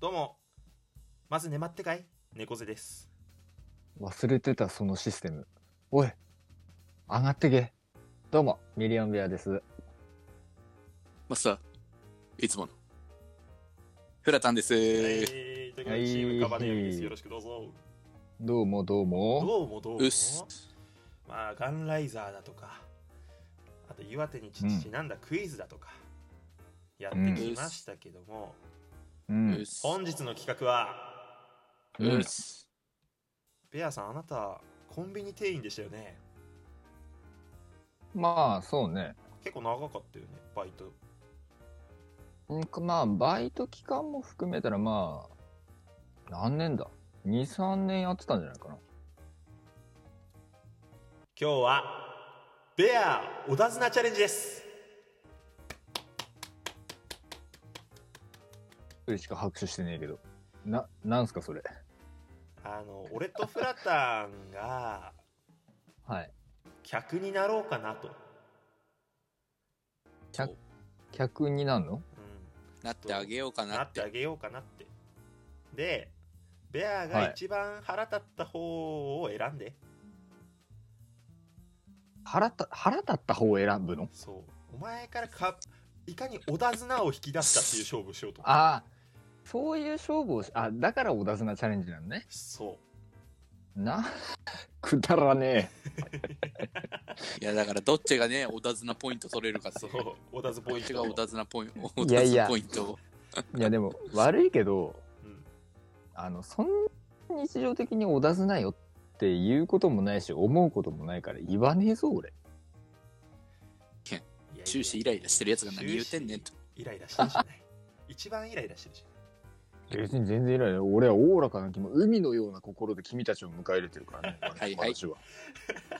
どうも。まず眠ってかい猫背です。忘れてたそのシステム。おい、上がってけ。どうも、ミリオンベアです。マスター、いつもの。フラタンです。えー、ということでチームカバネリです。よろしくどうぞ。どうもどうも。どうもどうもうっ。す。まあ、ガンライザーだとか、あと岩手にちちなんだクイズだとか、やってきましたけども、ううんっ。す。本日の企画は、うっす。ベアさん、あなた、コンビニ店員でしたよね。まあ、そうね。結構長かったよね、バイト。うんまあ、バイト期間も含めたら、まあ、何年だ ?2、3年やってたんじゃないかな。今日は、ベア小田綱チャレンジです。それしか拍手してねえけど。な、なんすか、それ。あの、俺とフラタンが、はい。客になろうかなと、うん、客客になんのなってあげようかななっってて。あげようかなってでベアはがい一番腹立った方を選んで、腹た、腹立った方を選ぶのそうお前からかいかに小田綱を引き出したっていう勝負をしようと思うああ、そういう勝負をし、あ、だから小田綱チャレンジなのね。そな、くだらねいや、だからどっちがね、小田綱ポイント取れるかっうそてういう。小田綱ポどっインちトが小田綱ポイント、小いや田いや綱ポイントを。え。いや、でも、悪いけど、うんあの、そんな日常的に小田綱よって言うこともないし、思うこともないから言わねえぞ、俺。いやいや終始イライラしてるやつが何言うてんねんと。イライラしてるじゃない一番イライラしてるじ別に全然いないよ。俺はおおらかな気も、海のような心で君たちを迎え入れてるからね。はいは い私は。ゃ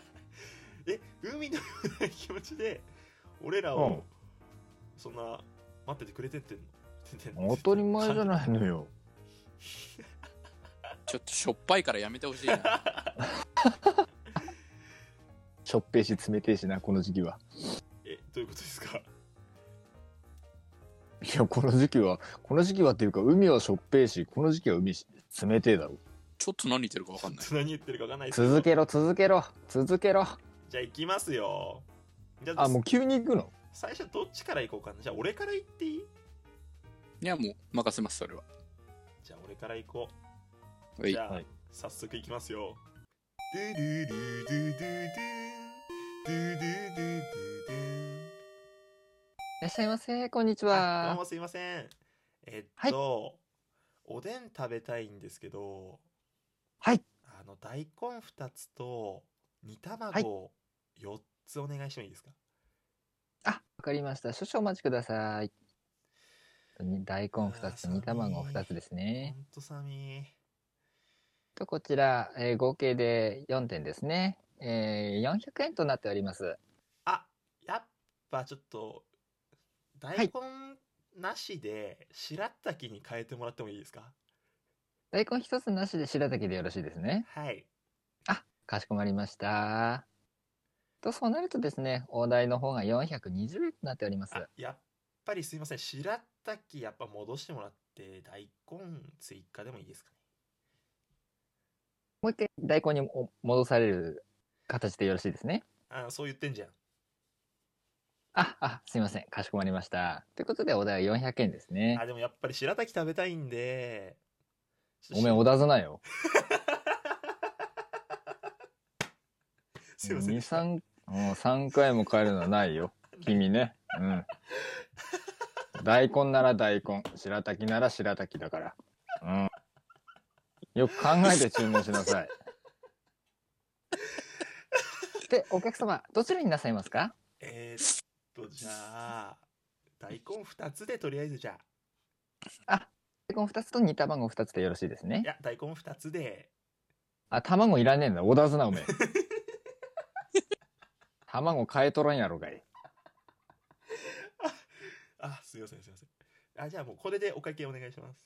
んえ海のような気持ちで俺らを、そんな待っててくれてってんのってんの当たり前じゃないのよ。ちょっとしょっぱいからやめてほしいな。しょっぺいし、冷てえしな、この時期は。えどういうことですかいや、この時期は、この時期はっていうか、海はしょっぺいし、この時期は海し、冷てえだろ。ちょっと何言ってるかわかんない。 何言ってるか分かんないですけど続けろ、続けろ、続けろ。じゃあ行きますよ。じゃああ、もう急に行くの最初どっちから行こうかな。じゃあ俺から行っていいいや、もう任せます、それは。じゃあ俺から行こはう。いじゃあ、はい早速行きますよ。ドゥドゥドゥドゥドゥドゥンドゥドゥドゥドゥドゥンいらっしゃいませ、こんにちあどうはも。すいません。えっと、おでん食べたいんですけど、はい。あの、大根2つと、煮はい卵4つお願いしてもいいですか、あ、わかりました。少々お待ちください。に大根2つ、煮卵2つですほね。んとさみー。と、こちら、えー合計で4点ですね。えー、400円となっております。あやっぱちょっと大い根なしで白滝に変えてもらってもいいですか大根1つなしで白滝でよろしいですね。はいあ、かしこまりました。と、そうなるとですね、お題の方が420円となっております。あやっぱりすいません白滝やっぱ戻してもらって大根追加でもいいですかねもう一回大根にも戻される形でよろしいですね。あそう言ってんじゃんあ、あ、すいません。かしこまりました。ということで、お題は400円ですねあ。でもやっぱり白滝食べたいんでちょっごとめん、小田綱よ。 すいません2、3、もう3回も変えるのはないよ。君ね。うん。大根なら大根、白滝なら白滝だから。うん。よく考えて注文しなさい。で、お客様、どちらになさいますかえーっとじゃあ大根2つでとりあえずじゃあ大根2つと煮卵2つでよろしいですねい。や大根2つであ、卵いらねえんだ。小田綱おめえ。卵変えとらんやろがい。あすいませんすいませんあじゃあもうこれでお会計お願いします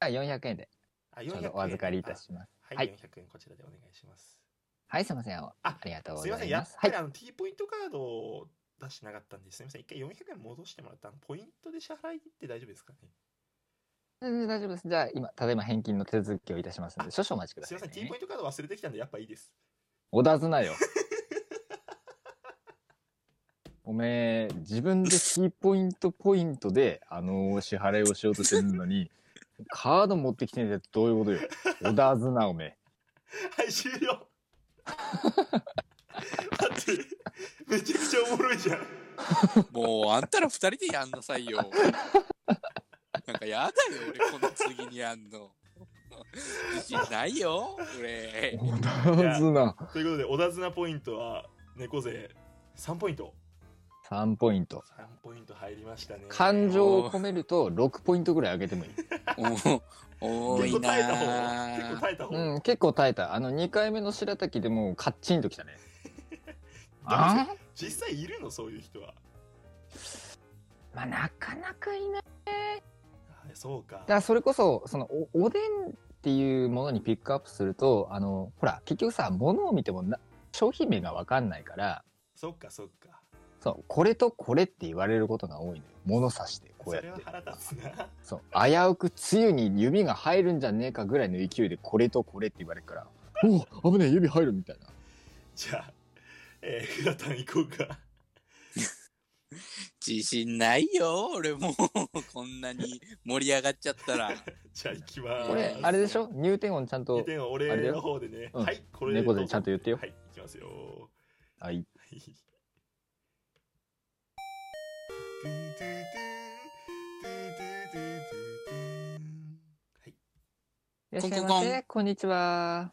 あ、400円で。あち400ょう円どお預かりいたします。あは、はいい400円こちらでお願いしますはい、すいません。ありがとうごすざいいまますせんやっぱす。りはい、あの T ポイントカードを出してなかったんですいません一回400円戻してもらったのポイントで支払いって大丈夫ですかね全然大丈夫です。じゃあ、今、ただいま返金の手続きをいたしますので、少々お待ちくだすさいい、ません、T ねポイ。ントカード忘れてきたんで、やっぱいいです。おだずなよ。 おめえ、自分で T ポイントポイントで、あの支払いをしようとしてるのに、カード持ってきてねえってどういうことよ。おだずな、おめえ。はい、終 了。待って、めちゃくちゃおもろいじゃん。もう、あんたら二人でやんなさいよ。なんかやだよ、俺、この次にやんの。自信ないよ、俺。おだずな。ということで、小田綱ポイントは、猫背3ポイント。 3ポイント。 3ポイント入りましたね。感情を込めると6ポイントぐらい上げてもいい。お多 結い構な耐えた方。結構耐えたぁ方。うん、結構耐えた。あの、2回目の白滝でもうカッチンと きたね。ああ実際いるの、そういう人は。まあ、なかなかいなはい。いそうかだ。からそれこそ、そのお、おでんっていうものにピックアップすると、あの、ほら、結局さ、物を見てもな商品名がわかんないから、そっか、そっか。そう、これとこれって言われることが多いのよ。物差して、こそうれやっては。腹立つな。 そう、危うくつゆに指が入るんじゃねえかぐらいの勢いで、これとこれって言われるから、おお、危ねえ、指入るみたいな。じゃあ、えー、フラタン行こうか。 自信ないよ、俺もう。 こんなに盛り上がっちゃったら。じゃあ、行きます。これ、あれでしょ入店音ちゃん二と、点はあれだ俺よの方でね。うんはい、これ猫背どうぞちゃんと言ってよはい、行きますよ。はい。はい。いらっしゃいまコンコンコンせ。こんにちは。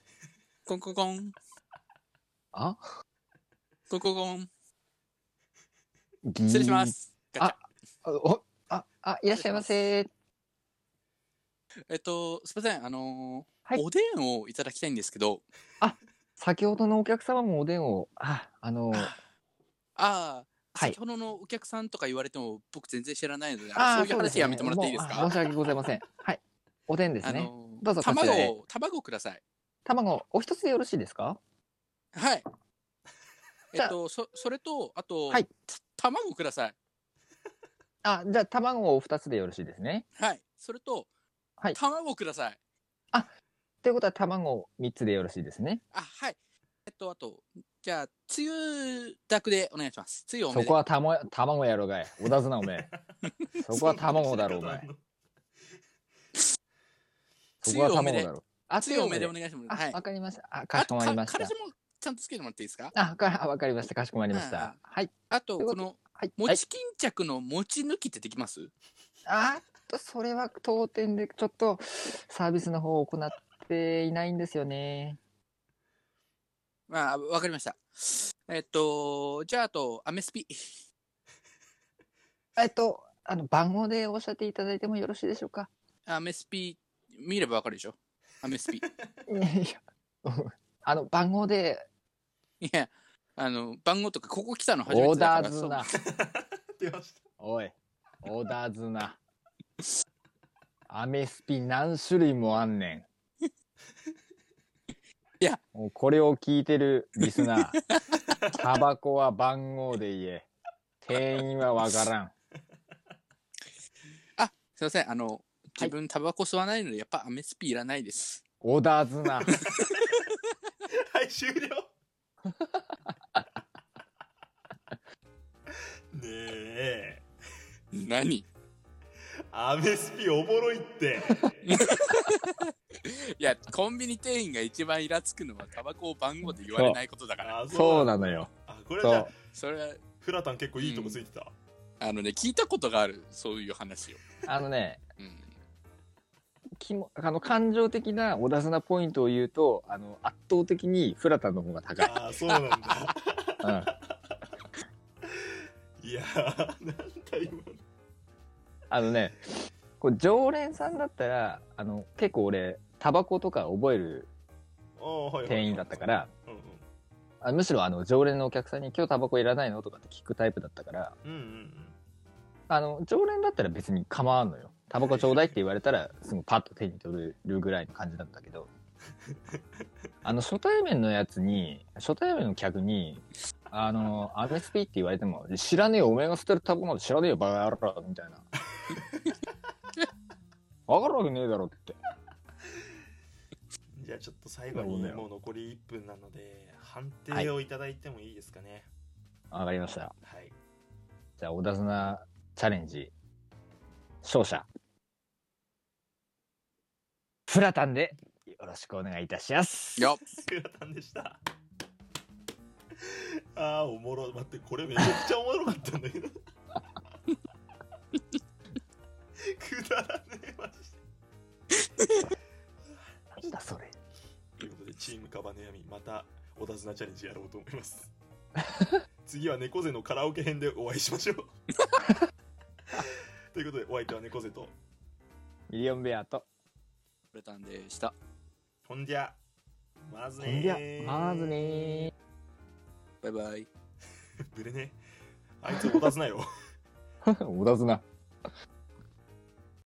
コンコンコン、あコンコンコン。失失礼します。ガチャあ、お、あ、あ、いらっしゃいませ。えっと、すみません、あのーはいおでんをいただきたいんですけど、先ほどのお客様もおでんを、あ、あ の、ああ、はい先ほどのお客さんとか言われても僕全然知らないので、あそういう話やめてもらっていいですもうあか申し訳ございません。はい。おでんですあね。のーどうぞこちらへ卵を、卵をください。卵、お一つでよろしいですかはい。じえゃあっと、そそれと、あと、はいた卵ください。あ、じゃあ卵をお二つでよろしいですね。はい。それと、はい卵ください。ということは卵を三つでよろしいですね。あ、はい。えっと、あと、じゃあ、つゆだくでお願いします。つゆおめそでこはたも、卵やろがい。おだずなおめえ。 そこは卵だろ、お前。そこは卵だろ。あつゆおめでおね。願いします。あ、はいわ。かりました。あ、かしこまりましあたか。彼氏もちゃんとつけてもらっていいですかあ、か、あわかりました。かしこまりましうんうたん。はい。あと、というこことの、はい。はい餅巾着の餅抜きってできます、あーっと、それは当店でちょっとサービスの方を行っていないんですよね。まあ、わかりました。えっと、じゃあ、あと、アメスピ。えっと、あの、番号でおっしゃっていただいてもよろしいでしょうか。アメスピ、見ればわかるでしょアメス ピ。いやいや、 あの、番号で、いや、あの、番号とか、ここ来たの初めオーてだダからーズそうな。出ました。おい、オーダーズな。アメスピ何種類もあんねん。 いや。もうこれを聞いてるリスナー。タバコは番号で言え。店員はわからん。すいません、あの、自分タバコ吸わないので、やっぱアメスピいらないです。オーダーズな。はい、終了。 ねえ、 何いアメスピおもろいって。や、コンビニ店員が一番イラつくのは、タバコを番号で言われないことだから。あそうなの。のよ。あ、これじそゃあう。それは、フラタン結構いいとこついてた。あのね、聞いたことがある、そういう話を。あのね、うん。きもあの感情的な小田綱ポイントを言うと、あの圧倒的にフラタンの方が高い。あ、そうなんだ。うん、いやー、なんだ今の。あのね、こう常連さんだったら、あの結構俺、タバコとか覚えるあーはいはい店員だったか。ら、うんうんあむしろあの常連のお客さんに今日タバコいらないのとかって聞くタイプだったから、うんうんうん。あの常連だったら別に構わんのよ。タバコちょうだいって言われたら、すぐパッと手に取るぐらいの感じなんだけど、あの初対面のやつに、初対面の客に、あの、アメスピって言われても、知 らねえよ、お前が捨てるタバコなんて知らねえよ、バカ野郎、みたいな。わかるわけねえだろって。じゃあちょっと最後そうにだよもう残り1分なので判定をいただいてもいいですかねわかりました。 はい、じゃあ、小田綱チャレンジ。勝者。フラタンでよろしくお願いいたします。よっグラタンでした あーおもろ待ってこれめちゃくちゃおもろかったんだけ どくだらねえマジでなんだそれ。ということでチームカバネヤミまた小田綱チャレンジやろうと思います次は猫背のカラオケ編でお会いしましょうということでお相手は猫背とミリオンベアと。ブレタンでした。ほんじゃまずねほーんじゃ、まずねー。バイバイ。 ぶれねえあいつ小田綱よ小田綱。